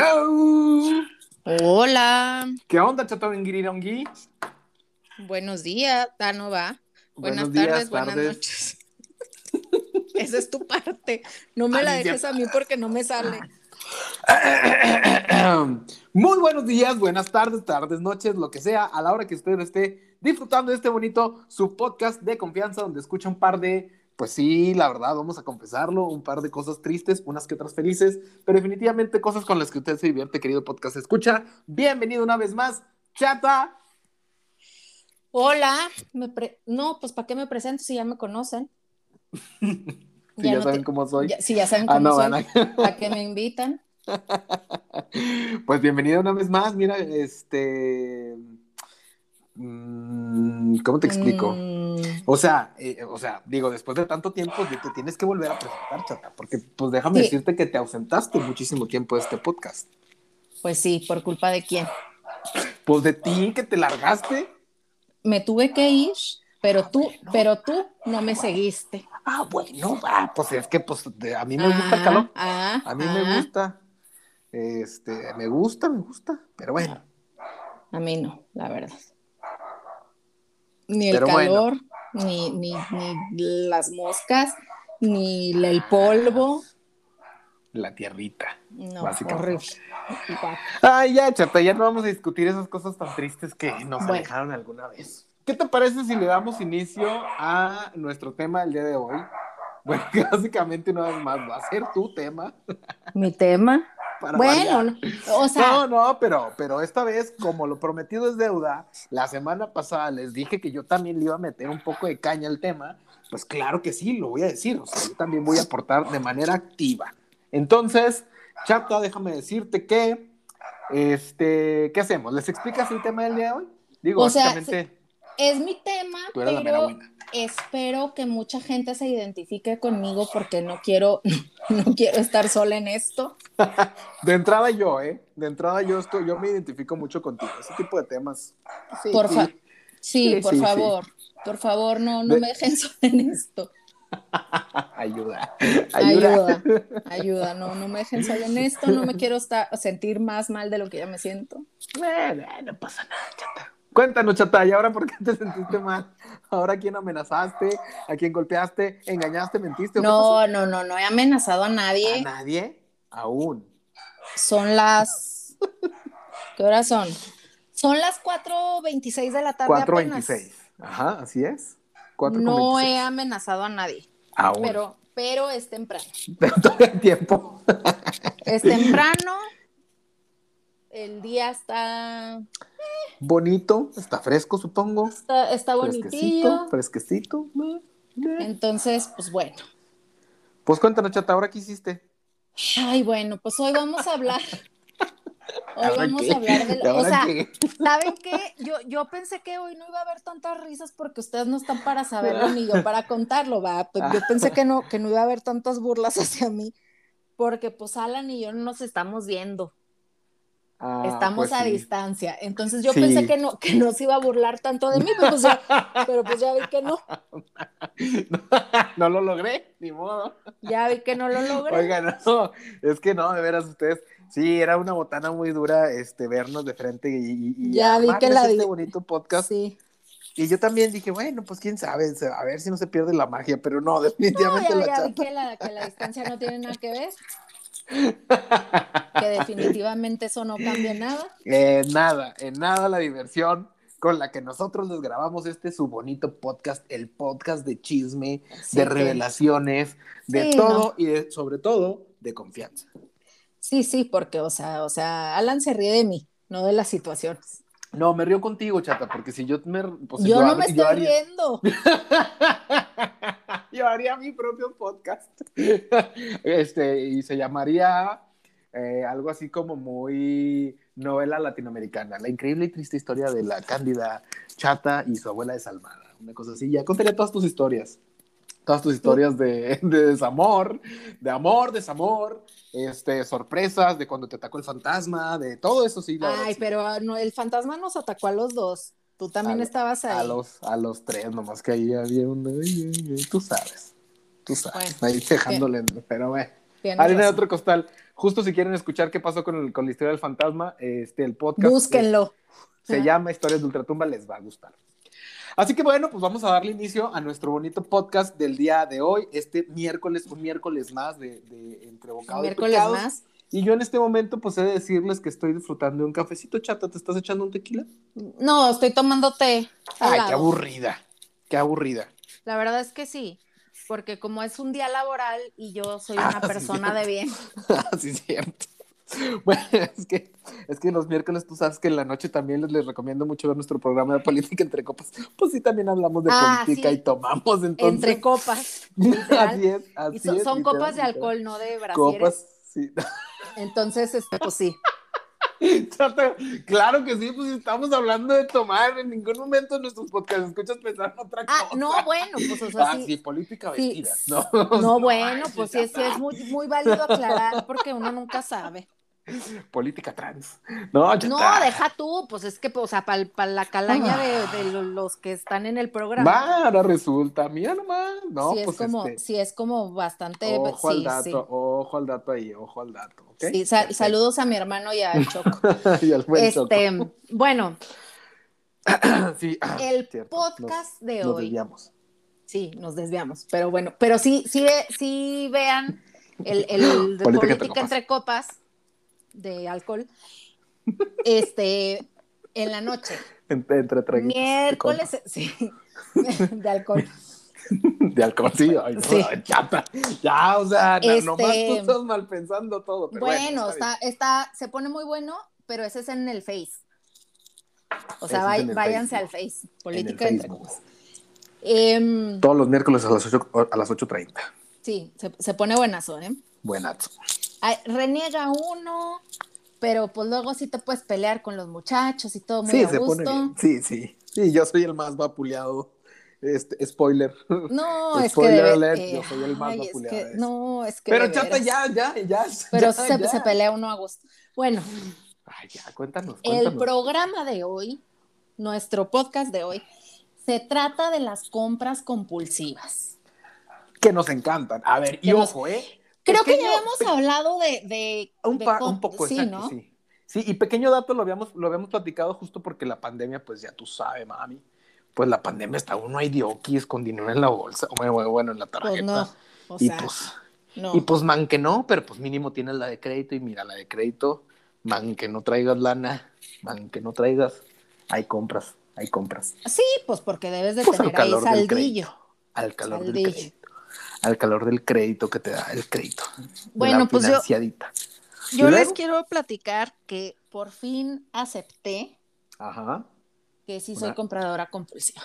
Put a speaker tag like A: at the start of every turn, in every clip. A: Hello.
B: Hola.
A: ¿Qué onda, Chatoringirongui?
B: Buenos días. Ah, no va. Buenas
A: Buenos
B: tardes,
A: días,
B: buenas
A: tardes.
B: noches. Esa es tu parte. No me la
A: Alicia.
B: dejes a mí porque no me sale.
A: Ah. Muy buenos días, buenas tardes, tardes, noches, lo que sea, a la hora que usted esté disfrutando de este bonito su podcast de confianza donde escucha un par de, pues sí, la verdad, vamos a confesarlo, un par de cosas tristes, unas que otras felices, pero definitivamente cosas con las que usted se divierte, querido podcast escucha. Bienvenido una vez más, Chata.
B: Hola. me pre- No, pues ¿para qué me presento si ya me conocen?
A: Si
B: Ya
A: ya,
B: no
A: saben
B: te-
A: cómo soy.
B: Ya- si ya saben
A: Ah,
B: cómo
A: no,
B: soy,
A: Ana.
B: ¿para qué me invitan?
A: Pues bienvenida una vez más, mira, este... mm, ¿Cómo te explico?
B: Mm,
A: O sea, eh, o sea, digo, después de tanto tiempo te te tienes que volver a presentar, chata, porque pues déjame
B: Sí.
A: decirte que te ausentaste muchísimo tiempo de este podcast.
B: pues sí, por culpa de quién.
A: Pues de ti que te largaste.
B: Me tuve que ir, pero tú, pero tú no me seguiste.
A: Ah, bueno, va, pues es que pues de- a mí me
B: Ah,
A: gusta, Caló.
B: ah,
A: A mí
B: ah.
A: me gusta. Este, me gusta, me gusta, pero bueno.
B: A mí no, la verdad. Ni el
A: Pero bueno.
B: calor, ni, ni, ni las moscas, ni la- el polvo.
A: La tierrita.
B: No,
A: Básicamente.
B: horrible. Guau.
A: Ay, ya, chata, ya no vamos a discutir esas cosas tan tristes que nos
B: Ah, Bueno.
A: alejaron alguna vez. ¿Qué te parece si le damos inicio a nuestro tema del día de hoy? Bueno, que básicamente una vez más va a ser tu tema.
B: Mi tema.
A: Para
B: bueno,
A: variar.
B: no, o sea,
A: no, no, pero, pero esta vez, como lo prometido es deuda, la semana pasada les dije que yo también le iba a meter un poco de caña al tema. Pues claro que sí, lo voy a decir. O sea, yo también voy a aportar de manera activa. Entonces, Chata, déjame decirte que, este, ¿qué hacemos? ¿Les explicas el tema del día de hoy? Digo,
B: O sea,
A: básicamente,
B: es mi tema,
A: tú eres la mera
B: pero
A: buena.
B: espero que mucha gente se identifique conmigo porque no quiero, no quiero estar sola en esto.
A: De entrada yo, ¿eh? De entrada yo estoy, yo me identifico mucho contigo. Ese tipo de temas. Sí,
B: Por
A: sí.
B: fa- Sí,
A: Sí,
B: por
A: sí, sí.
B: favor, por favor, no, no
A: De-
B: me dejen sola en esto.
A: Ayuda, ayuda.
B: Ayuda, ayuda, no, no me dejen sola en esto, no me quiero estar, sentir más mal de lo que ya me siento.
A: Bueno, eh, no pasa nada, chata. Cuéntanos, chata, ¿y ahora por qué te sentiste mal? ¿Ahora a quién amenazaste? ¿A quién golpeaste? ¿Engañaste? ¿Mentiste? ¿O qué
B: No, eh. no, no, no he amenazado a
A: pasó? ¿A
B: nadie.
A: nadie? Aún.
B: Son las, ¿qué horas son? Son las 4.26 de la tarde apenas.
A: 4.26. Ajá, así es. 4.26.
B: No he amenazado a nadie,
A: Aún.
B: pero, pero es temprano.
A: Todavía hay tiempo.
B: Es temprano, el día está,
A: Bonito, está fresco, supongo.
B: está, está bonitillo, Mm,
A: Fresquecito, fresquecito.
B: entonces, pues bueno.
A: Pues cuéntanos, chata, ¿ahora qué hiciste?
B: Ay, bueno, pues hoy vamos a hablar. Hoy
A: ¿Ahora
B: vamos
A: qué?
B: a hablar de la- O
A: ¿Ahora
B: sea,
A: qué?
B: ¿saben qué? Yo, yo pensé que hoy no iba a haber tantas risas porque ustedes no están para saberlo ni yo para contarlo, va. Pues yo pensé que no, que no iba a haber tantas burlas hacia mí. Porque pues Alan y yo no nos estamos viendo,
A: Ah,
B: estamos
A: pues
B: a
A: sí.
B: distancia. Entonces yo
A: Sí.
B: pensé que no, que no se iba a burlar tanto de mí, pero pues ya, pero pues ya vi que no,
A: No lo logré, ni modo.
B: ya vi que no lo logré.
A: Oigan, no, es que no, de veras ustedes, sí, era una botana muy dura este vernos de frente y, y- y
B: Ya vi que
A: armarles
B: la
A: este
B: vi.
A: bonito podcast.
B: Sí.
A: Y yo también dije, bueno, pues quién sabe, se- a ver si no se pierde la magia, pero no, definitivamente
B: No,
A: la
B: ya, ya vi
A: chata.
B: que la, que la distancia no tiene nada que ver. Que definitivamente eso no cambia nada.
A: En nada, en nada la diversión con la que nosotros les grabamos este su bonito podcast, el podcast de chisme,
B: Así
A: de
B: que-
A: revelaciones, de
B: Sí,
A: todo y de- sobre todo de confianza.
B: Sí, sí, porque, o sea, o sea, Alan se ríe de mí, no de las situaciones.
A: No, me río contigo, chata, porque si yo me... pues,
B: yo, no me
A: yo
B: estoy
A: haría-
B: riendo.
A: Yo haría mi propio podcast. Este, y se llamaría eh, algo así como muy novela latinoamericana. La increíble y triste historia de la cándida chata y su abuela desalmada. Una cosa así. Ya contaría todas tus historias. Todas tus historias de, de desamor, de amor, desamor, este, sorpresas, de cuando te atacó el fantasma, de todo eso, sí. la verdad,
B: Ay,
A: sí.
B: pero ah, no, el fantasma nos atacó a los dos. Tú también
A: A-
B: estabas
A: A
B: ahí.
A: los, a los tres, nomás que ahí había una. ay, ay, ay, Tú sabes. Tú sabes.
B: Bueno.
A: ahí dejándole. Pero bueno.
B: Tienes
A: Harina de
B: razón.
A: otro costal. Justo si quieren escuchar qué pasó con, el- con la historia del fantasma, este, el podcast.
B: Búsquenlo.
A: Se
B: Ajá.
A: llama Historias de Ultratumba, les va a gustar. Así que bueno, pues vamos a darle inicio a nuestro bonito podcast del día de hoy, este miércoles, un miércoles más de, de Entre Bocado y
B: Miércoles
A: Pecados.
B: más.
A: Y yo en este momento, pues he de decirles que estoy disfrutando de un cafecito chata. ¿Te estás echando un tequila?
B: No, estoy tomando té.
A: Ay,
B: al
A: qué
B: lado.
A: aburrida. Qué aburrida.
B: La verdad es que sí, porque como es un día laboral y yo soy una
A: Ah, sí,
B: persona de bien,
A: Así Ah, es cierto. Bueno, es que, es que los miércoles tú sabes que en la noche también les, les recomiendo mucho ver nuestro programa de política entre copas. Pues sí, también hablamos de
B: Ah,
A: política
B: sí.
A: y tomamos entonces.
B: entre copas,
A: así es, así
B: y so-
A: es,
B: son
A: literal,
B: copas de
A: literal.
B: alcohol, no de brasieres.
A: Copas, sí.
B: Entonces, este, pues sí.
A: Chata, claro que sí, pues estamos hablando de tomar. En ningún momento en nuestros podcasts escuchas pensar en otra
B: Ah,
A: cosa.
B: no, bueno, pues o sea,
A: Ah,
B: sí.
A: sí, política
B: sí.
A: vestida. No,
B: No, bueno, pues sí,
A: es
B: es- sí es muy, muy válido aclarar porque uno nunca sabe.
A: Política trans. No,
B: No,
A: chata.
B: deja tú, pues es que, o sea, para la calaña de, de lo- los que están en el programa.
A: Va, ahora resulta, mira nomás. No,
B: sí, es
A: pues
B: como,
A: este,
B: sí, es como bastante.
A: ojo al
B: sí,
A: dato,
B: sí.
A: ojo al dato ahí, ojo al dato. ¿ok?
B: Sí, sa-
A: Perfecto.
B: saludos a mi hermano y a Choco.
A: y al buen
B: este, bueno,
A: Choco. Sí, ah,
B: el
A: cierto,
B: podcast de
A: nos, nos
B: hoy.
A: desviamos.
B: Sí, nos desviamos, pero bueno, pero sí, sí, ve- sí vean el, el de
A: Política
B: política,
A: entre copas.
B: entre copas de alcohol. Este, en la noche,
A: Entre, entre traguitos de
B: miércoles, sí, de alcohol.
A: copa. De alcohol, sí. Ay, no,
B: Sí.
A: chata. Ya, o sea, na-
B: Este-
A: nomás tú estás mal pensando todo. pero
B: bueno,
A: bueno,
B: está, está, se pone muy bueno, pero ese es en el Face. O
A: Ese
B: sea,
A: es
B: vay-
A: en el
B: váyanse
A: Facebook.
B: al Face,
A: bien. En el
B: política entre
A: Facebook.
B: copas. Em,
A: Todos los miércoles a las 8, a las 8.30.
B: sí, se, se pone buenazo, ¿eh?
A: Buenazo.
B: Ay, reniega uno, pero pues luego sí te puedes pelear con los muchachos y todo muy
A: Sí,
B: a
A: se
B: gusto.
A: pone bien. Sí, sí. Sí, yo soy el más vapuleado. Este, spoiler.
B: No, es que
A: Pues, Spoiler
B: de
A: alert,
B: ver-
A: yo soy el más
B: ay, es
A: vapuleado
B: que-
A: de eso.
B: No, es que
A: Pero
B: de
A: chata,
B: veras.
A: ya, ya, ya.
B: Pero
A: ya,
B: sí se,
A: ya.
B: se pelea uno a gusto. Bueno,
A: Ay, ya, cuéntanos,
B: el
A: cuéntanos.
B: programa de hoy, nuestro podcast de hoy, se trata de las compras compulsivas.
A: Que nos encantan. A ver, y
B: Que nos-
A: ojo, ¿eh?
B: Creo que
A: Pequeño-
B: ya habíamos hablado de... de-
A: Un,
B: de
A: pa-
B: com-
A: un poco,
B: sí,
A: exacto,
B: ¿no?
A: sí. Sí, y pequeño dato, lo habíamos, lo habíamos platicado justo porque la pandemia, pues ya tú sabes, mami. Pues la pandemia está uno ahí de oquis con dinero en la bolsa, o bueno, bueno, en la tarjeta.
B: Pues no, o
A: y
B: sea,
A: pues,
B: no.
A: y pues man que no, pero pues mínimo tienes la de crédito y mira la de crédito, man que no traigas lana, man que no traigas, hay compras, hay compras.
B: Sí, pues porque debes de
A: Pues al
B: tener ahí
A: calor del crédito.
B: saldillo.
A: Al calor
B: Saldillo.
A: del crédito. Al calor del crédito que te da el crédito.
B: Bueno,
A: la
B: pues yo-
A: financiadita. ¿Y
B: Yo
A: luego?
B: les quiero platicar que por fin acepté
A: Ajá.
B: que sí
A: Una-
B: soy compradora compulsiva.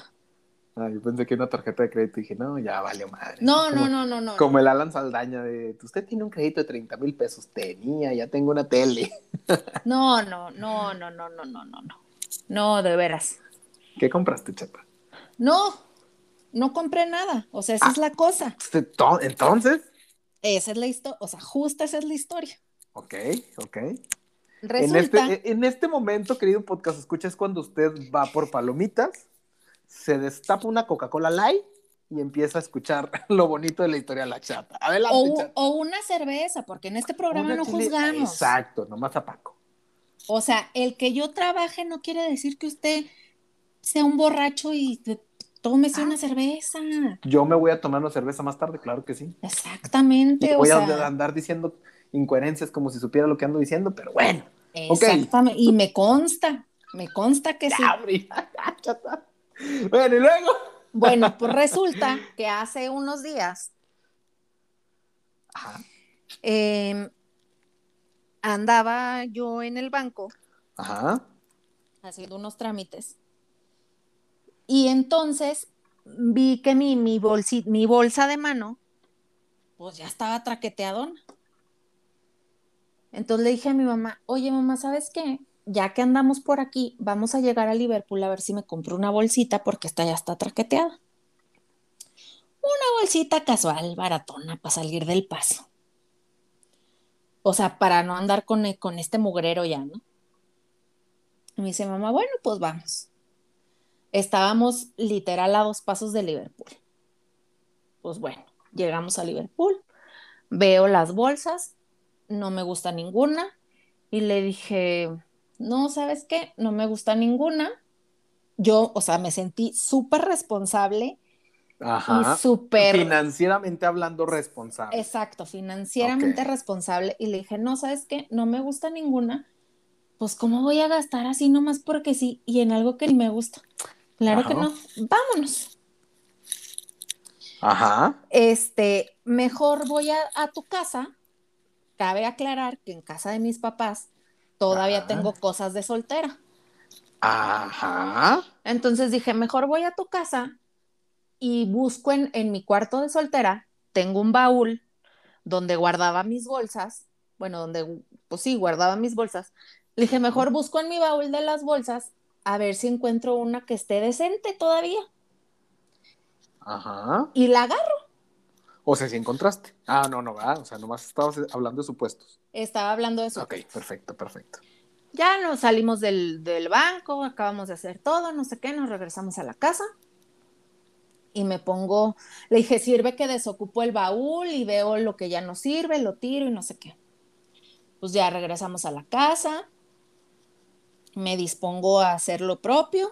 A: Ah, yo pensé que una tarjeta de crédito y dije, no, ya valió madre.
B: No,
A: Como-
B: no, no, no, no.
A: Como el Alan Saldaña de, "Pues, usted tiene un crédito de 30 mil pesos, tenía, ya tengo una tele.
B: No, no, no, no, no, no, no, no, no. No, de veras.
A: ¿Qué compraste, chapa?
B: No, no compré nada. O sea, esa es la cosa.
A: Ento- Entonces,
B: Esa es la historia. O sea, justo esa es la historia.
A: ok, ok. En
B: Resulta,
A: este, en este momento, querido podcast, escucha, es cuando usted va por palomitas, se destapa una Coca-Cola Light y empieza a escuchar lo bonito de la historia de la chata. Adelante,
B: o, u-
A: chata.
B: o una cerveza, porque en este programa
A: Una
B: no
A: chile-
B: juzgamos.
A: Exacto, nomás a Paco.
B: O sea, el que yo trabaje no quiere decir que usted sea un borracho y te- tómese
A: Ah.
B: una cerveza.
A: Yo me voy a tomar una cerveza más tarde, claro que sí. Y
B: Exactamente, o
A: voy a
B: sea,
A: andar diciendo incoherencias como si supiera lo que ando diciendo, pero bueno. ok.
B: exactamente, y me consta, me consta que sí.
A: Ya, abrí. Chata. Bueno, y luego.
B: Bueno, pues resulta que hace unos días
A: Ajá,
B: eh, andaba yo en el banco
A: ajá.
B: haciendo unos trámites y entonces vi que mi, mi, bolsi- mi bolsa de mano pues ya estaba traqueteadona. Entonces le dije a mi mamá, oye mamá, ¿sabes qué? Ya que andamos por aquí, vamos a llegar a Liverpool a ver si me compro una bolsita porque esta ya está traqueteada. Una bolsita casual, baratona, para salir del paso. O sea, para no andar con, e- con este mugrero ya, ¿no? Y me dice mamá, bueno, pues vamos. Estábamos literal a dos pasos de Liverpool. Pues bueno, llegamos a Liverpool, veo las bolsas no me gusta ninguna. Y le dije, no, ¿sabes qué? No me gusta ninguna. Yo, o sea, me sentí súper responsable
A: Ajá.
B: y súper...
A: Financieramente hablando, responsable.
B: Exacto, financieramente
A: Ok.
B: responsable. Y le dije, no, ¿sabes qué? No me gusta ninguna. Pues, ¿cómo voy a gastar así nomás porque sí y en algo que ni me gusta? Claro que
A: Ajá.
B: no. Vámonos.
A: Ajá.
B: Este, mejor voy a, a tu casa. Cabe aclarar que en casa de mis papás todavía
A: Ajá.
B: tengo cosas de soltera.
A: Ajá.
B: Entonces dije, mejor voy a tu casa y busco en, en mi cuarto de soltera, tengo un baúl donde guardaba mis bolsas, bueno, donde, pues sí, guardaba mis bolsas. Le dije, mejor busco en mi baúl de las bolsas a ver si encuentro una que esté decente todavía.
A: Ajá.
B: Y la agarro.
A: O sea, si encontraste. Ah, no, no, va. O sea, nomás estabas hablando de supuestos.
B: Estaba hablando de eso.
A: Ok, perfecto, perfecto.
B: Ya nos salimos del, del banco, acabamos de hacer todo, no sé qué, nos regresamos a la casa. Y me pongo, le dije, sirve que desocupo el baúl y veo lo que ya no sirve, lo tiro y no sé qué. Pues ya regresamos a la casa, me dispongo a hacer lo propio,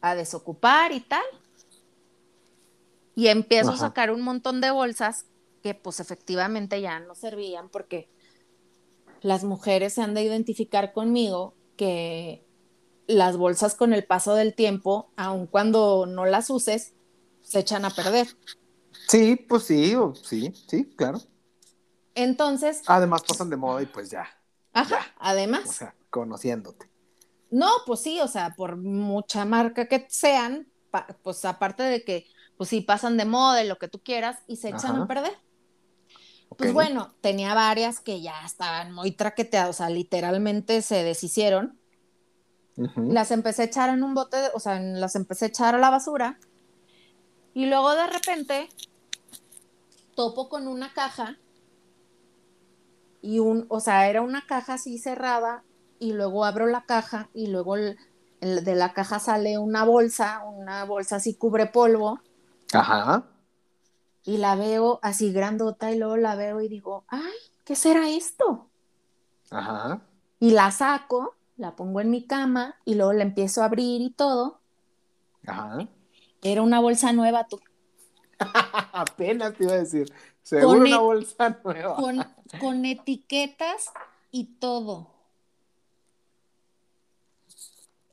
B: a desocupar y tal. Y empiezo
A: Ajá.
B: a sacar un montón de bolsas que pues efectivamente ya no servían porque las mujeres se han de identificar conmigo que las bolsas con el paso del tiempo, aun cuando no las uses, se echan a perder.
A: Sí, pues sí, o- sí, sí, claro.
B: Entonces,
A: Además pasan de moda y pues ya,
B: ajá,
A: o
B: además,
A: sea, conociéndote.
B: no, pues sí, o sea, por mucha marca que sean, pa- pues aparte de que, pues sí, pasan de moda, y lo que tú quieras, y se echan
A: Ajá.
B: a perder.
A: Ok.
B: Pues bueno, tenía varias que ya estaban muy traqueteadas, o sea, literalmente se deshicieron.
A: Ujú.
B: las empecé a echar en un bote, de- o sea, en- las empecé a echar a la basura. Y luego de repente topo con una caja y un, o sea, era una caja así cerrada y luego abro la caja y luego el- el- de la caja sale una bolsa, una bolsa así cubre polvo
A: Ajá.
B: y la veo así grandota y luego la veo y digo, ay, ¿qué será esto?
A: Ajá.
B: Y la saco, la pongo en mi cama y luego la empiezo a abrir y todo.
A: Ajá.
B: Era una bolsa nueva, tú.
A: Apenas te iba a decir. Seguro
B: Con
A: una
B: el-
A: bolsa nueva.
B: con, con etiquetas y todo.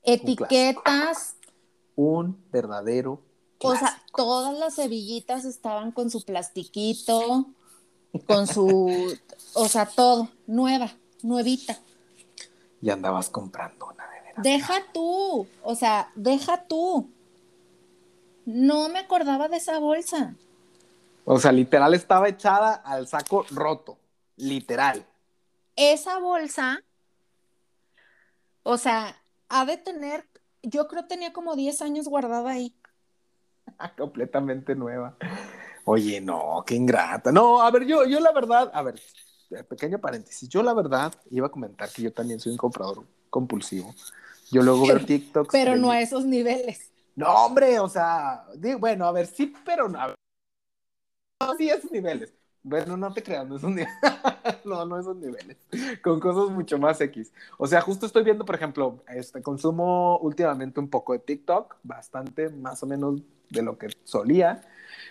B: Etiquetas,
A: Un verdadero.
B: o sea,
A: clásico.
B: todas las cebillitas estaban con su plastiquito, con su, o sea, todo, nueva, nuevita.
A: Y andabas comprando una de veras.
B: Deja tú, o sea, deja tú. No me acordaba de esa bolsa.
A: O sea, literal estaba echada al saco roto. Literal.
B: Esa bolsa, o sea, ha de tener, yo creo tenía como 10 años guardada ahí.
A: Completamente nueva. Oye, no, qué ingrata. No, a ver, yo, yo la verdad, a ver, pequeño paréntesis, yo la verdad iba a comentar que yo también soy un comprador compulsivo. Yo luego veo TikToks.
B: Pero
A: de-
B: no a esos niveles.
A: No, hombre, o sea, di- bueno, a ver, sí, pero no. a ver. No, sí, esos niveles. Bueno, no te creas, no esos niveles. no, no esos niveles. Con cosas mucho más X. O sea, justo estoy viendo, por ejemplo, este, consumo últimamente un poco de TikTok, bastante, más o menos de lo que solía.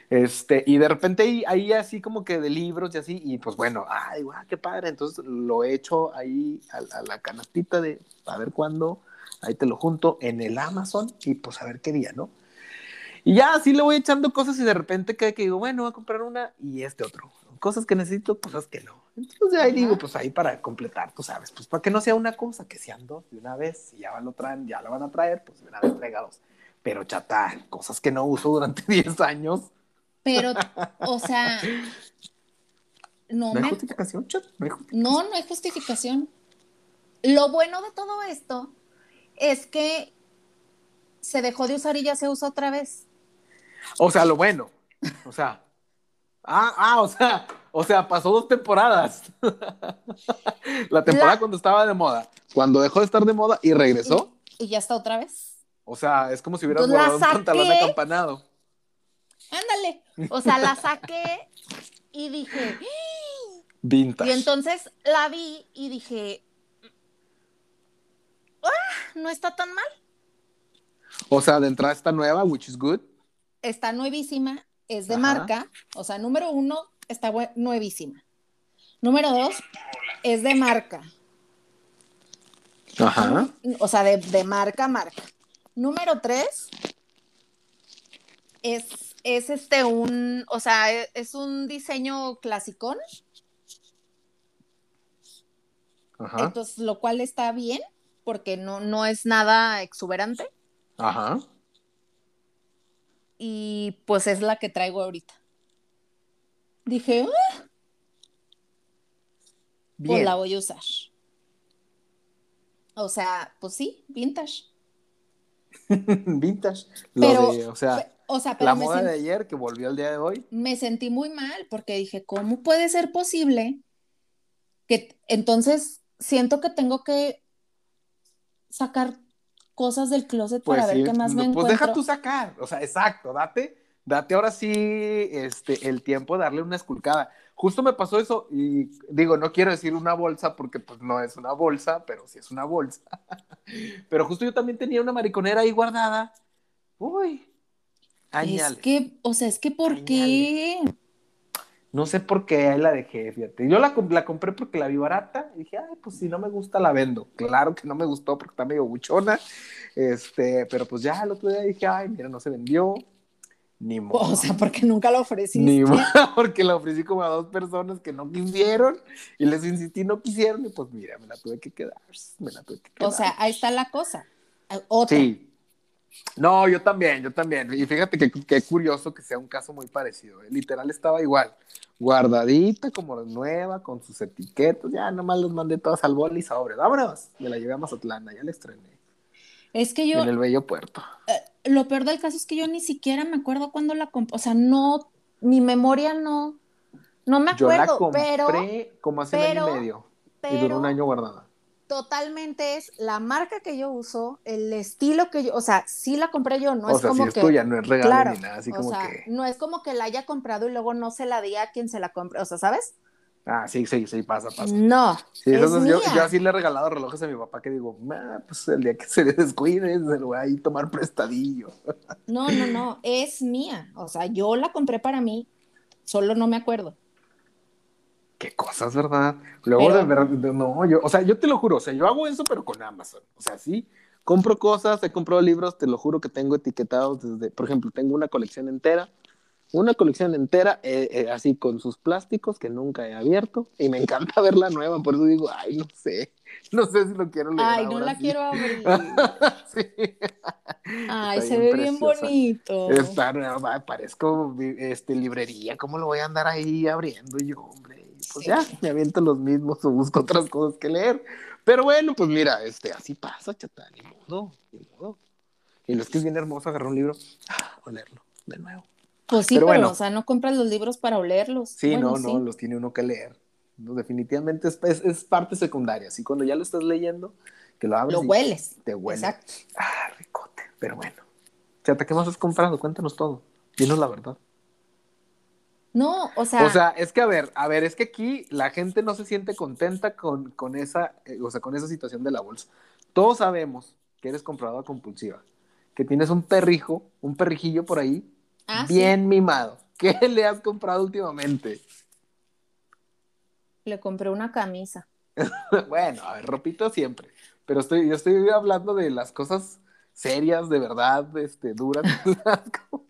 A: Este, y de repente ahí, ahí así como que de libros y así, y pues bueno, ay, guau, qué padre. Entonces lo echo ahí a, a la canastita de a ver cuándo, ahí te lo junto en el Amazon y pues a ver qué día, ¿no? Y ya así le voy echando cosas y de repente que, que digo, bueno, voy a comprar una y este otro. Cosas que necesito, cosas que no. Entonces ahí
B: Ajá.
A: digo, pues ahí para completar, tú sabes, pues para que no sea una cosa, que sean dos de una vez, si ya lo traen, ya la van a traer, pues de una vez traiga dos. Pero chata, cosas que no uso durante 10 años.
B: Pero, o sea, no,
A: No hay
B: me-
A: justificación, chat. No hay justi-
B: no, no hay justificación. Lo bueno de todo esto es que se dejó de usar y ya se usa otra vez.
A: O sea, lo bueno. O sea. Ah, ah, o sea. O sea, pasó dos temporadas. La temporada
B: La-
A: cuando estaba de moda. Cuando dejó de estar de moda y regresó.
B: Y ya está otra vez.
A: O sea, es como si hubieras
B: Entonces,
A: guardado
B: la
A: un pantalón
B: saqué.
A: acampanado.
B: Ándale. O sea, la saqué y dije, "¡Ay!
A: Vintage.
B: Y entonces la vi y dije, "Ah, no está tan mal,
A: O sea, de entrada está nueva, which is good.
B: está nuevísima, es de
A: Ajá.
B: marca, o sea, número uno, está bue- nuevísima. Número dos, es de marca,
A: Ajá.
B: o sea, de, de marca a marca. Número tres, es, es este un, o sea, e- es un diseño clasicón,
A: Ajá.
B: entonces, lo cual está bien, porque no, no es nada exuberante,
A: Ajá.
B: y pues es la que traigo ahorita. Dije, "Ah, pues
A: Bien.
B: la voy a usar. O sea, pues sí, vintage.
A: Vintage. Lo
B: Pero,
A: de, o sea,
B: Fue- o sea, pero
A: la
B: me,
A: moda
B: sen-
A: de ayer que volvió el día de hoy.
B: me sentí muy mal porque dije, ¿cómo puede ser posible que t- entonces siento que tengo que sacar cosas del closet
A: Pues
B: para
A: sí,
B: ver qué más me
A: no, pues
B: encuentro?
A: deja tú sacar, o sea, exacto, date, date ahora sí este, el tiempo de darle una esculcada. Justo me pasó eso y digo, no quiero decir una bolsa porque pues no es una bolsa, pero sí es una bolsa. pero justo yo también tenía una mariconera ahí guardada. Uy, añale.
B: Es que, o sea, es que ¿por qué?
A: No sé por qué ahí la dejé, fíjate. Yo la, comp- la compré porque la vi barata. Y dije, ay, pues si no me gusta, la vendo. Claro que no me gustó porque está medio buchona. Este, pero pues ya el otro día dije, ay, mira, no se vendió. Ni modo.
B: O sea, pues, porque nunca lo ofreciste.
A: Ni modo, porque la ofrecí como a dos personas que no quisieron. Y les insistí, no quisieron. Y pues mira, me la tuve que quedar. Me la tuve que quedar.
B: O sea, ahí está la cosa. Ah, Otra.
A: Sí. No, yo también, yo también. Y fíjate que qué curioso que sea un caso muy parecido. ¿eh? Literal estaba igual, guardadita, como nueva, con sus etiquetas. Ya nomás los mandé todas al bol y sobre. Vámonos. Me la llevé a Mazatlán, ya la estrené.
B: Es que yo,
A: En el bello puerto.
B: lo peor del caso es que yo ni siquiera me acuerdo cuándo la compré. O sea, no, mi memoria no, no me
A: Yo la
B: acuerdo,
A: compré
B: pero,
A: como hace un año
B: pero-
A: y medio. y duró
B: pero
A: un año guardada.
B: totalmente es la marca que yo uso, el estilo que yo, o sea, sí la compré yo, no
A: o
B: es
A: sea, si
B: como
A: es
B: que,
A: tuya, no es regalo
B: claro,
A: ni nada. Así
B: o
A: como
B: sea,
A: que.
B: no es como que la haya comprado y luego no se la di a quien se la compre, o sea, ¿sabes?
A: Ah, sí, sí, sí, pasa, pasa.
B: No,
A: Sí,
B: es
A: entonces yo,
B: mía.
A: yo así le he regalado relojes a mi papá que digo, "Ma, pues el día que se descuide, se lo voy a ir a tomar prestadillo.
B: no, no, no, es mía, o sea, yo la compré para mí, solo no me acuerdo.
A: Qué cosas, ¿verdad? Luego
B: Pero-
A: de verdad, de- no, yo, o sea, yo te lo juro, o sea, yo hago eso, pero con Amazon. O sea, sí, compro cosas, he comprado libros, te lo juro que tengo etiquetados desde, por ejemplo, tengo una colección entera, una colección entera, eh, eh, así con sus plásticos que nunca he abierto, y me encanta ver la nueva, por eso digo, ay, no sé, no sé si lo quiero leer.
B: Ay, no
A: ahora
B: la
A: sí.
B: quiero abrir.
A: Sí.
B: Ay,
A: Está
B: se ve
A: bien
B: bien
A: preciosa.
B: bonito.
A: Está nueva, parezco este, librería, ¿cómo lo voy a andar ahí abriendo yo, hombre? Pues
B: Sí.
A: ya, me aviento los mismos o busco otras cosas que leer. Pero bueno, pues mira, este, así pasa, chata, ni modo, ni modo. Y no es que es bien hermoso agarrar un libro, ah, olerlo, de nuevo.
B: Pues sí,
A: Pero
B: pero,
A: bueno.
B: o sea, no compras los libros para olerlos.
A: Sí,
B: Bueno,
A: no, no,
B: sí.
A: los tiene uno que leer. No, definitivamente es, es- es parte secundaria, así cuando ya lo estás leyendo, que lo abres
B: Lo
A: y
B: hueles.
A: te huele.
B: Exacto.
A: Ah, ricote, pero bueno. Chata, ¿qué más has comprado? Cuéntanos todo, dinos la verdad.
B: No, o sea,
A: O sea, es que a ver, a ver, es que aquí la gente no se siente contenta con, con esa, eh, o sea, con esa situación de la bolsa. Todos sabemos que eres compradora compulsiva, que tienes un perrijo, un perrijillo por ahí,
B: ah, sí,
A: bien mimado. ¿Qué le has comprado últimamente?
B: le compré una camisa.
A: bueno, a ver, ropito siempre, pero estoy, yo estoy hablando de las cosas serias, de verdad, este, duras, como,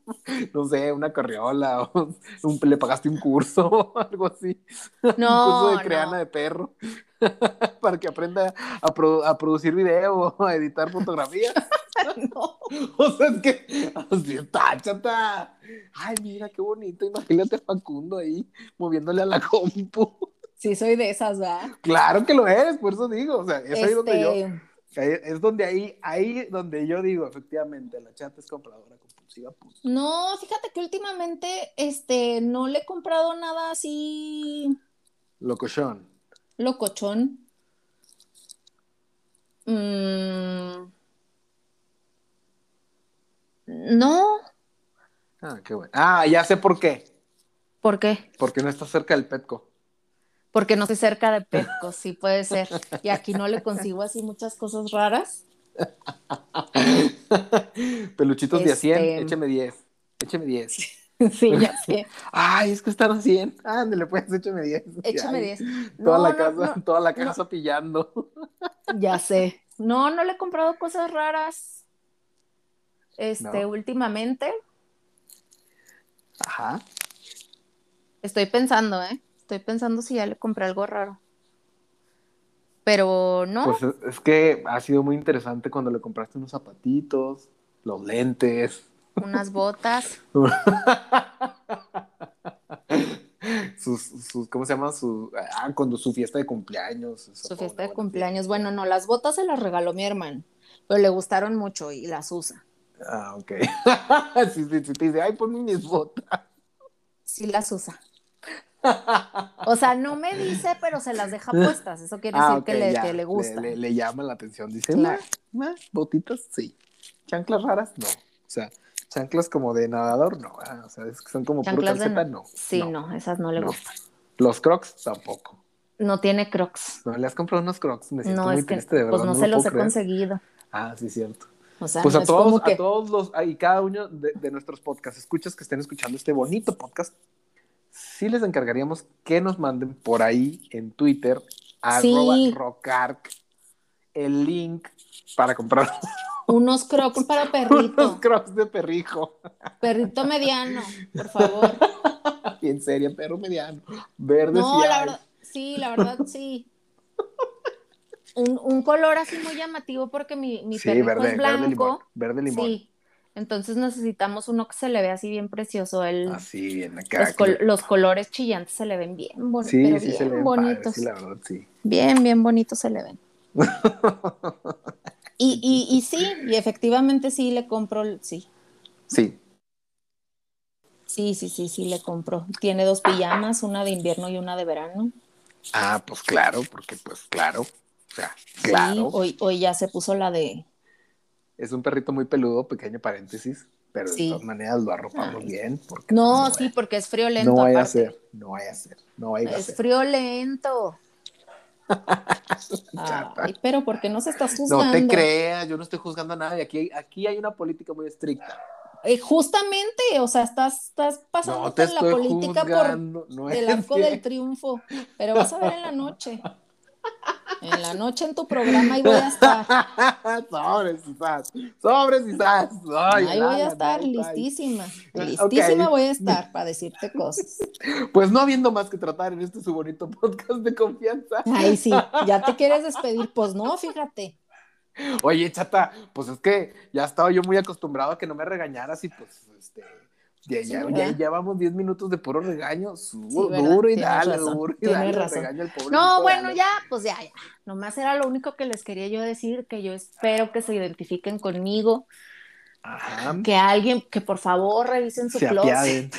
A: no sé, una corriola, o un- le pagaste un curso o algo así. un
B: No,
A: curso de creana
B: no.
A: de perro para que aprenda a, produ- a producir video, a editar fotografías.
B: no.
A: o sea, es que así está, chata. Ay, mira qué bonito. Imagínate a Facundo ahí moviéndole a la compu.
B: Sí, soy de esas, ¿verdad?
A: Claro que lo eres, por eso digo. O sea, es ahí donde yo.
B: Este,
A: ahí- Es donde ahí, ahí donde yo digo, efectivamente, la chata es compradora compulsiva. pues.
B: No, fíjate que últimamente este, no le he comprado nada así
A: Locochón.
B: locochón. Mm. No,
A: Ah, qué bueno. Ah, ya sé por qué.
B: ¿por qué?
A: Porque no está cerca del Petco.
B: porque no estoy cerca de Petco, sí puede ser. Y aquí no le consigo así muchas cosas raras.
A: Peluchitos de a 100,
B: Este-
A: écheme 10. Écheme 10.
B: Sí, ya sé.
A: Ay, es que están a 100. Ándale, pues, écheme 10.
B: Échame
A: Ay,
B: 10.
A: Toda
B: No,
A: la
B: no,
A: casa,
B: no,
A: toda la casa pillando.
B: ya sé. No, no le he comprado cosas raras. Este,
A: No.
B: últimamente.
A: Ajá.
B: Estoy pensando, ¿eh? Estoy pensando si ya le compré algo raro. Pero no,
A: Pues es- es que ha sido muy interesante cuando le compraste unos zapatitos, los lentes,
B: unas botas.
A: sus, sus ¿cómo se llaman? Su, ah, cuando su fiesta de cumpleaños.
B: Su fiesta de cumpleaños. Bueno, no, las botas se las regaló mi hermano, pero le gustaron mucho y las usa.
A: Ah, ok. sí, sí, sí, te dice, ay, ponme mis botas.
B: Sí las usa. O sea, no me dice, pero se las deja puestas. Eso quiere
A: Ah,
B: decir
A: ok,
B: que, le,
A: ya.
B: que le gusta.
A: Le, le llama la atención. Dice,
B: Claro.
A: "Nah, nah, botitas, sí. Chanclas raras, no. O sea, chanclas como de nadador, no. Ah, o sea, es que son como puro
B: Chanclas de
A: calceta,
B: na-
A: no.
B: Sí, no. esas no le
A: no.
B: gustan.
A: Los crocs, tampoco.
B: No tiene crocs.
A: No, le has comprado unos crocs, me siento
B: No,
A: muy
B: es que
A: triste, de verdad.
B: pues no,
A: lo
B: se los
A: puedo
B: he
A: creer.
B: conseguido.
A: Ah, sí, cierto.
B: O sea,
A: Pues
B: no
A: a
B: es como
A: todos,
B: que...
A: a todos los, a- y cada uno de, de nuestros podcast escuchas que estén escuchando este bonito podcast, sí les encargaríamos que nos manden por ahí en Twitter, arroba
B: Sí.
A: rocarc, el link para comprar
B: Unos crocs para
A: unos
B: perrito.
A: crocs de perrijo.
B: Perrito mediano, por favor.
A: Bien seria, perro mediano. Verde,
B: No, la verdad, sí, la verdad, sí. Un, un color así muy llamativo porque mi, mi
A: sí,
B: perrijo
A: verde,
B: es
A: verde limón.
B: blanco.
A: Verde limón.
B: Sí. Entonces necesitamos uno que se le vea así bien precioso. El,
A: Así, bien acá.
B: los, col- los colores chillantes se le ven bien, bonitos.
A: sí, sí,
B: bien
A: se le ven padres,
B: bonitos.
A: sí, la verdad, sí.
B: Bien, bien bonitos se le ven. Y, y, y sí, y efectivamente sí le compro, el- sí,
A: Sí,
B: sí, sí, sí, sí le compro. Tiene dos pijamas, una de invierno y una de verano.
A: Ah, pues claro, porque pues claro. O sea,
B: Sí,
A: claro.
B: hoy, hoy ya se puso la de,
A: Es un perrito muy peludo, pequeño paréntesis, pero de
B: Sí.
A: todas maneras lo arropamos
B: Ay.
A: bien. Porque,
B: No,
A: pues,
B: sí, porque es friolento.
A: No vaya a
B: aparte.
A: ser, no vaya a ser, no vaya a
B: Es
A: ser.
B: friolento.
A: Chata.
B: Ay, pero porque no se está juzgando.
A: No te creas, yo no estoy juzgando a nadie. Aquí, aquí hay una política muy estricta.
B: Eh, justamente, o sea, estás, estás
A: No
B: pasando
A: te
B: la
A: estoy
B: política por
A: juzgando. No
B: el
A: es
B: arco
A: cierto.
B: del triunfo. Pero vas a ver en la noche. En la noche en tu programa ahí voy a estar.
A: sobres y zas, sobres y zas. Ay,
B: Ahí voy
A: la,
B: a estar
A: la, la, la.
B: listísima.
A: Ah,
B: Listísima
A: ok.
B: voy a estar para decirte cosas.
A: Pues no habiendo más que tratar en este su bonito podcast de confianza.
B: Ay, sí, ya te quieres despedir. Pues no, fíjate.
A: Oye, chata, pues es que ya estaba yo muy acostumbrado a que no me regañaras y pues, este, ya,
B: Sí,
A: ya,
B: ¿verdad?
A: ya llevamos 10 minutos de puro regaño, su-
B: Sí, ¿verdad?
A: duro y
B: Tienes
A: dale,
B: razón,
A: duro y
B: tienes
A: dale,
B: razón.
A: regaña al pobre.
B: No,
A: Nico,
B: bueno,
A: dale.
B: ya, pues ya, ya. Nomás era lo único que les quería yo decir, que yo espero que se identifiquen conmigo,
A: Ajá,
B: que alguien, que por favor revisen su
A: se
B: closet,
A: apiaden.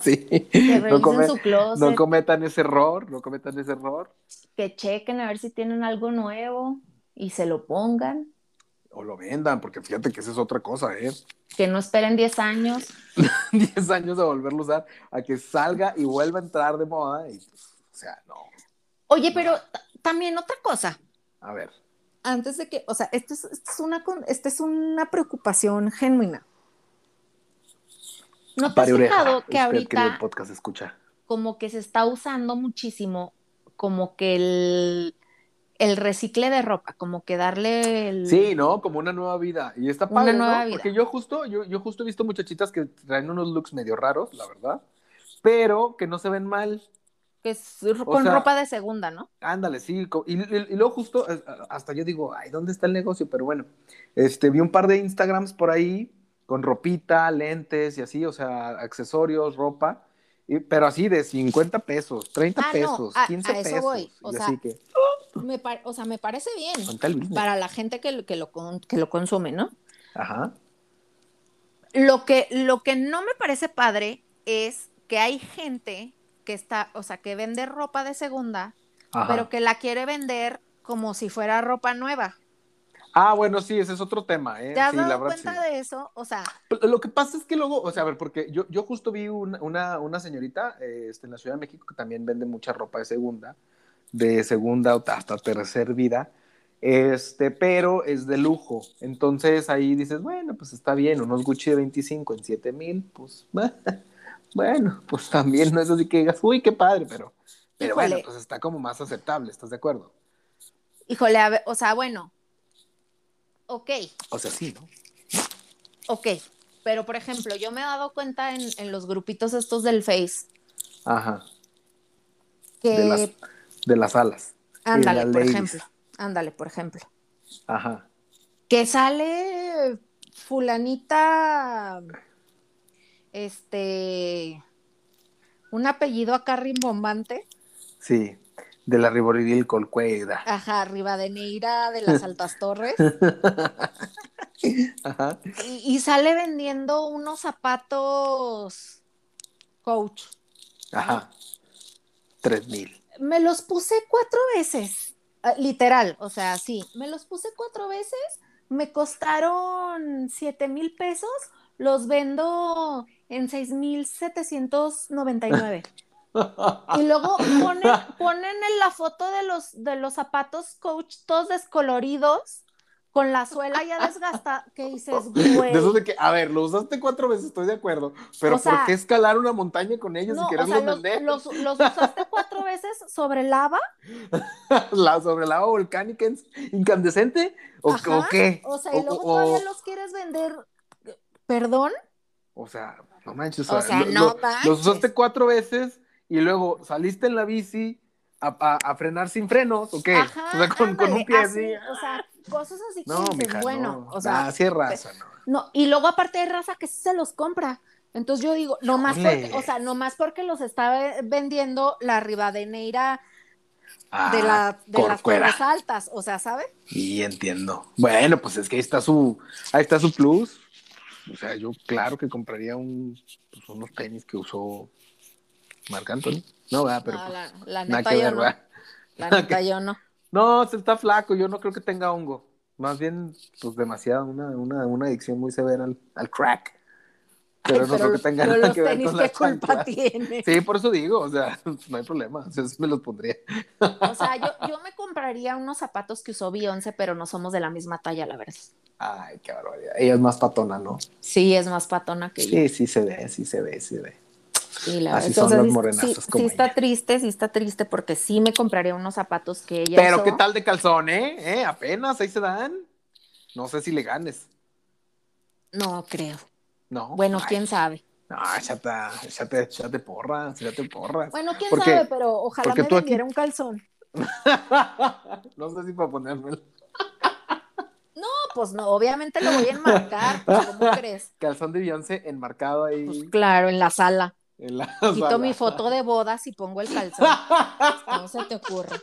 A: sí,
B: que
A: no,
B: revisen
A: come-
B: su closet,
A: no cometan ese error, no cometan ese error,
B: que chequen a ver si tienen algo nuevo y se lo pongan,
A: o lo vendan, porque fíjate que esa es otra cosa, ¿eh?
B: que no esperen 10 años.
A: 10 años de volverlo a usar, a que salga y vuelva a entrar de moda y, pues, o sea, no,
B: Oye, pero ta- también otra cosa,
A: a ver,
B: antes de que, o sea, esto es, esto es una, con- esta es una preocupación genuina. ¿No te has
A: pare oreja,
B: fijado que
A: usted, querido
B: ahorita
A: podcast, escucha.
B: como que se está usando muchísimo, como que el, el recicle de ropa, como que darle el...
A: Sí, ¿no? Como una nueva vida. Y está
B: Mm. Una
A: padre, ¿no?
B: nueva vida.
A: Porque yo justo, yo, yo justo he visto muchachitas que traen unos looks medio raros, la verdad, pero que no se ven mal.
B: que es con
A: sea-
B: ropa de segunda, ¿no?
A: Ándale, sí. co- Y, y- y luego justo, eh, hasta yo digo, ay, ¿dónde está el negocio? Pero bueno, este, vi un par de Instagrams por ahí con ropita, lentes y así, o sea, accesorios, ropa, y- pero así de 50 pesos, 30
B: Ah, no,
A: pesos,
B: a-
A: 15
B: a eso
A: pesos.
B: voy, o
A: y
B: sea,
A: así que,
B: Me par- o sea, me parece bien
A: ponte al business.
B: para la gente que, lo- que, lo, con- que lo consume, ¿no?
A: Ajá.
B: Lo que, lo que no me parece padre es que hay gente que está, o sea, que vende ropa de segunda,
A: Ajá.
B: pero que la quiere vender como si fuera ropa nueva.
A: Ah, bueno, sí, ese es otro tema, ¿eh?
B: ¿Te has
A: sí,
B: dado
A: verdad,
B: cuenta
A: sí.
B: de eso? O sea,
A: Pero Lo que pasa es que luego, o sea, a ver, porque yo, yo justo vi una, una, una señorita eh, este, en la Ciudad de México que también vende mucha ropa de segunda, de segunda o hasta tercer vida, este, pero es de lujo. Entonces ahí dices, bueno, pues está bien, unos Gucci de 25 en 7 mil, pues bueno, pues también no es así que digas, uy, qué padre, pero, pero bueno,
B: Híjole.
A: pues está como más aceptable, ¿estás de acuerdo?
B: híjole, a ver, o sea, bueno, ok,
A: O sea, sí, ¿no?
B: ok, pero por ejemplo, yo me he dado cuenta en, en los grupitos estos del Face
A: Ajá,
B: que,
A: de, las, de las alas. las
B: ándale, por
A: ladies.
B: ejemplo, ándale, por ejemplo,
A: Ajá.
B: que sale fulanita, este, un apellido acá rimbombante,
A: Sí, de la Riboridil Colcueda.
B: ajá, Rivadeneira de las Altas Torres,
A: Ajá.
B: y, y sale vendiendo unos zapatos coach.
A: Ajá. Tres mil.
B: Me los puse cuatro veces, ah, literal, o sea, sí, me los puse cuatro veces, me costaron siete mil pesos, los vendo en seis mil setecientos noventa y nueve. Y luego ponen, ponen en la foto de los, de los zapatos coach todos descoloridos, con la suela ya desgastada, que dices, güey.
A: De eso de que, a ver, lo usaste cuatro veces, estoy de acuerdo. Pero
B: O sea,
A: ¿por qué escalar una montaña con ellos
B: No,
A: y
B: o
A: quererlo
B: sea, los,
A: vender?
B: los- los usaste cuatro veces sobre lava,
A: ¿La, ¿Sobre la agua volcánica en- incandescente? ¿O,
B: Ajá.
A: o qué?
B: o sea, y
A: O-
B: luego
A: o-
B: todavía los quieres vender, perdón,
A: O sea, no manches.
B: O sea,
A: lo-
B: no
A: lo-
B: manches.
A: Los usaste cuatro veces y luego saliste en la bici a, a- a frenar sin frenos, ¿o qué?
B: ajá,
A: o sea, con, con un
B: ándale,
A: pie
B: así,
A: así.
B: o sea, cosas así que
A: No,
B: dices,
A: mija,
B: bueno,
A: no.
B: o sea, pues,
A: Ah, sí es raza, ¿no?
B: No, y luego aparte hay raza que sí se los compra. Entonces yo digo, no más
A: Híjole.
B: porque, o sea, no más porque los está ve- vendiendo la Rivadeneira de,
A: Ah,
B: la, de las
A: corcuera.
B: torres altas, o sea, ¿sabes?
A: Y entiendo. Bueno, pues es que ahí está su, ahí está su plus. O sea, yo claro que compraría un, pues, unos tenis que usó Marc Anthony. No, ¿verdad? pero
B: No,
A: pues,
B: la, la
A: nada
B: neta
A: que
B: yo
A: ver,
B: no,
A: ¿verdad?
B: la neta yo no.
A: No, se está flaco, yo no creo que tenga hongo. Más bien, pues demasiado, una, una, una adicción muy severa al, al crack. Pero
B: Ay,
A: no creo que
B: los-
A: tenga
B: pero
A: nada
B: los
A: que ver
B: tenis,
A: con la
B: ¿qué culpa
A: culpa
B: tiene?
A: Sí, por eso digo, o sea, no hay problema, o sea, sí me los pondría.
B: O sea, yo, yo me compraría unos zapatos que usó Beyoncé, pero no somos de la misma talla, la verdad.
A: Ay, qué barbaridad. Ella es más patona, ¿no?
B: Sí, es más patona que yo.
A: Sí, sí se ve, sí se ve, sí se ve.
B: Y la
A: Así
B: verdad,
A: son los
B: sí-
A: morenazos
B: sí,
A: como
B: sí está
A: ella.
B: triste, sí está triste, porque sí me compraría unos zapatos que ella
A: Pero
B: usó.
A: qué tal de calzón, ¿eh? ¿Eh? Apenas, ahí se dan. No sé si le ganes.
B: No creo.
A: No.
B: Bueno,
A: Ay,
B: quién sabe.
A: No, chata, échate, échate porras, échate porras.
B: Bueno, quién
A: Porque-
B: sabe, pero ojalá
A: porque
B: me
A: tú aquí-
B: vendiera un calzón.
A: no sé si para ponérmelo.
B: No, pues no, obviamente lo voy a enmarcar, pues, ¿cómo crees?
A: Calzón de Beyoncé enmarcado ahí
B: Pues claro, en la sala.
A: en la
B: Quito
A: sala.
B: mi foto de bodas y pongo el calzón. No se te ocurre.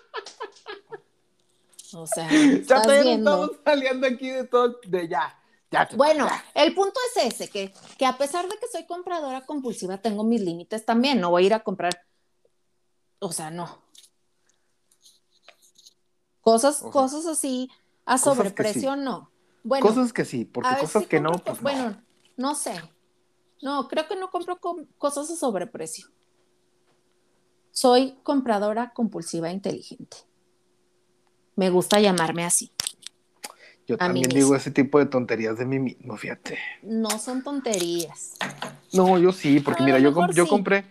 B: O sea, estás
A: Chata, ya no
B: viendo.
A: estamos saliendo aquí de todo, de ya. ya chata,
B: Bueno,
A: ya.
B: el punto es ese, que, que a pesar de que soy compradora compulsiva, tengo mis límites también. No voy a ir a comprar. O sea, no. Cosas,
A: O sea,
B: cosas así a
A: cosas que
B: sobreprecio, no. Bueno,
A: cosas que sí, porque
B: A ver
A: cosas
B: si
A: que no,
B: compro co-
A: pues no.
B: Bueno, no sé. No, creo que no compro com- cosas a sobreprecio. Soy compradora compulsiva inteligente. Me gusta llamarme así.
A: Yo
B: a mí
A: también
B: misma.
A: digo ese tipo de tonterías de mí mismo, fíjate.
B: No son tonterías.
A: No, yo sí, porque
B: Ah, A
A: mira,
B: lo
A: yo, com-
B: mejor
A: yo
B: sí.
A: compré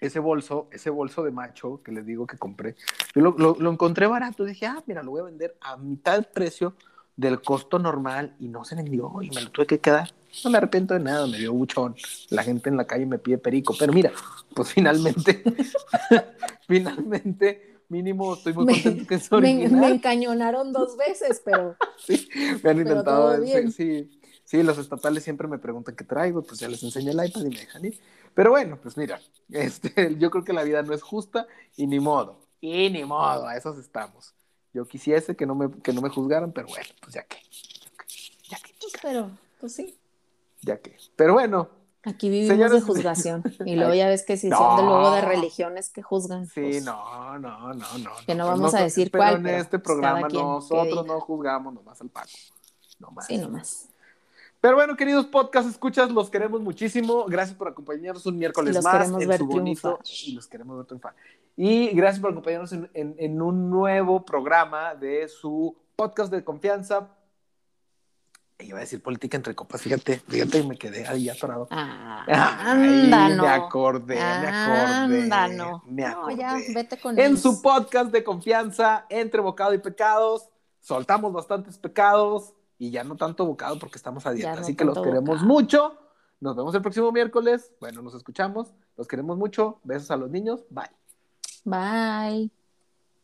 A: ese bolso, ese bolso de macho que les digo que compré. Yo lo, lo- lo encontré barato, dije, ah, mira, lo voy a vender a mitad del precio del costo normal y no se vendió y me lo tuve que quedar. No me arrepiento de nada, me dio buchón. La gente en la calle me pide perico, pero mira, pues finalmente, finalmente, mínimo, estoy muy
B: Me-
A: contento que es
B: Me,
A: original.
B: me encañonaron dos veces, pero
A: Me han
B: Pero
A: intentado.
B: todo
A: sí,
B: bien.
A: Sí, sí, los estatales siempre me preguntan qué traigo, pues ya les enseño el iPad y me dejan ir. Pero bueno, pues mira, este, yo creo que la vida no es justa y ni modo. Y ni modo, a esos estamos. Yo quisiese que no me, que no me juzgaran, pero bueno, pues ya que,
B: pues, pero, pues sí.
A: ya que. Pero bueno,
B: Aquí vivimos Señores... de juzgación. Y luego ya ves que si son de luego de religiones que juzgan.
A: Sí, pues, no, no, no, no.
B: Que no vamos pues no, a decir pero cuál.
A: en
B: pero pues,
A: este programa nosotros no juzgamos nomás al Paco. Nomás.
B: Sí, nomás.
A: Pero bueno, queridos podcast, escuchas, los queremos muchísimo. Gracias por acompañarnos un miércoles
B: los
A: más.
B: Queremos en ver su bonito,
A: y los queremos ver triunfar. Y gracias por acompañarnos en, en, en un nuevo programa de su podcast de confianza, iba a decir política entre copas, fíjate, fíjate, me quedé ahí atorado.
B: Ah, anda, no.
A: Me acordé,
B: anda,
A: me acordé.
B: Anda, no.
A: Me acordé.
B: No, ya, vete con
A: En mis... su podcast de confianza, entre bocado y pecados, soltamos bastantes pecados y ya no tanto bocado porque estamos a dieta.
B: No
A: así que los queremos
B: bocado.
A: mucho. Nos vemos el próximo miércoles. Bueno, nos escuchamos. Los queremos mucho. Besos a los niños. Bye.
B: Bye.